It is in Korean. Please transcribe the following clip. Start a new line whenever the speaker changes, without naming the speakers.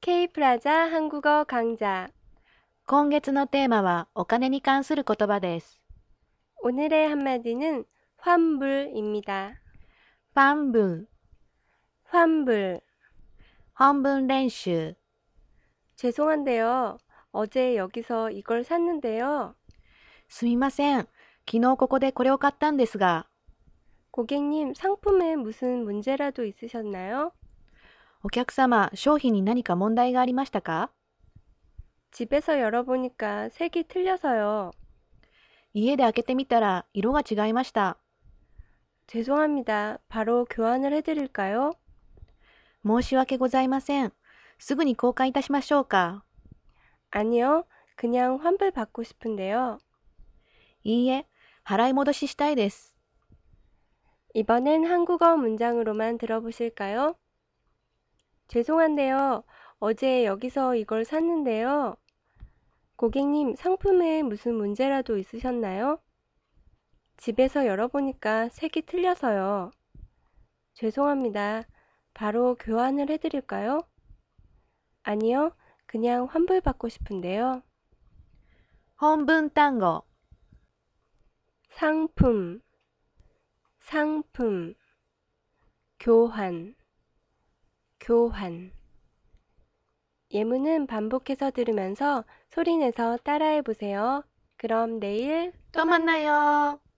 K プラザ한국어 강좌.
今月のテーマはお金に関する言葉です。
오늘의 한마디는 환불입니다.
ファンブル、
환불.
本文練習。
죄송한데요. 어제 여기서 이걸 샀는데요.
すみません。昨日ここでこれを買ったんですが、
고객님, 상품에 무슨 문제라도 있으셨나요?
お客様、商品に何か問題がありましたか
집에서 열어보니까 색이 틀려서요.
家で開けてみたら色が違いました。
죄송합니다. 바로 교환을 해드릴까요?
申し訳ございません。すぐに交換いたしましょうか。
아니요. 그냥 환불 받고 싶은데요.
いいえ、払い戻ししたいです。
이번엔 한국어 문장으로만 들어보실까요? 죄송한데요. 어제 여기서 이걸 샀는데요. 고객님, 상품에 무슨 문제라도 있으셨나요? 집에서 열어보니까 색이 틀려서요. 죄송합니다. 바로 교환을 해드릴까요? 아니요. 그냥 환불받고 싶은데요.
本文単語、
상품, 상품, 교환, 교환. 예문은 반복해서 들으면서 소리내서 따라해 보세요. 그럼 내일
止まんなよ。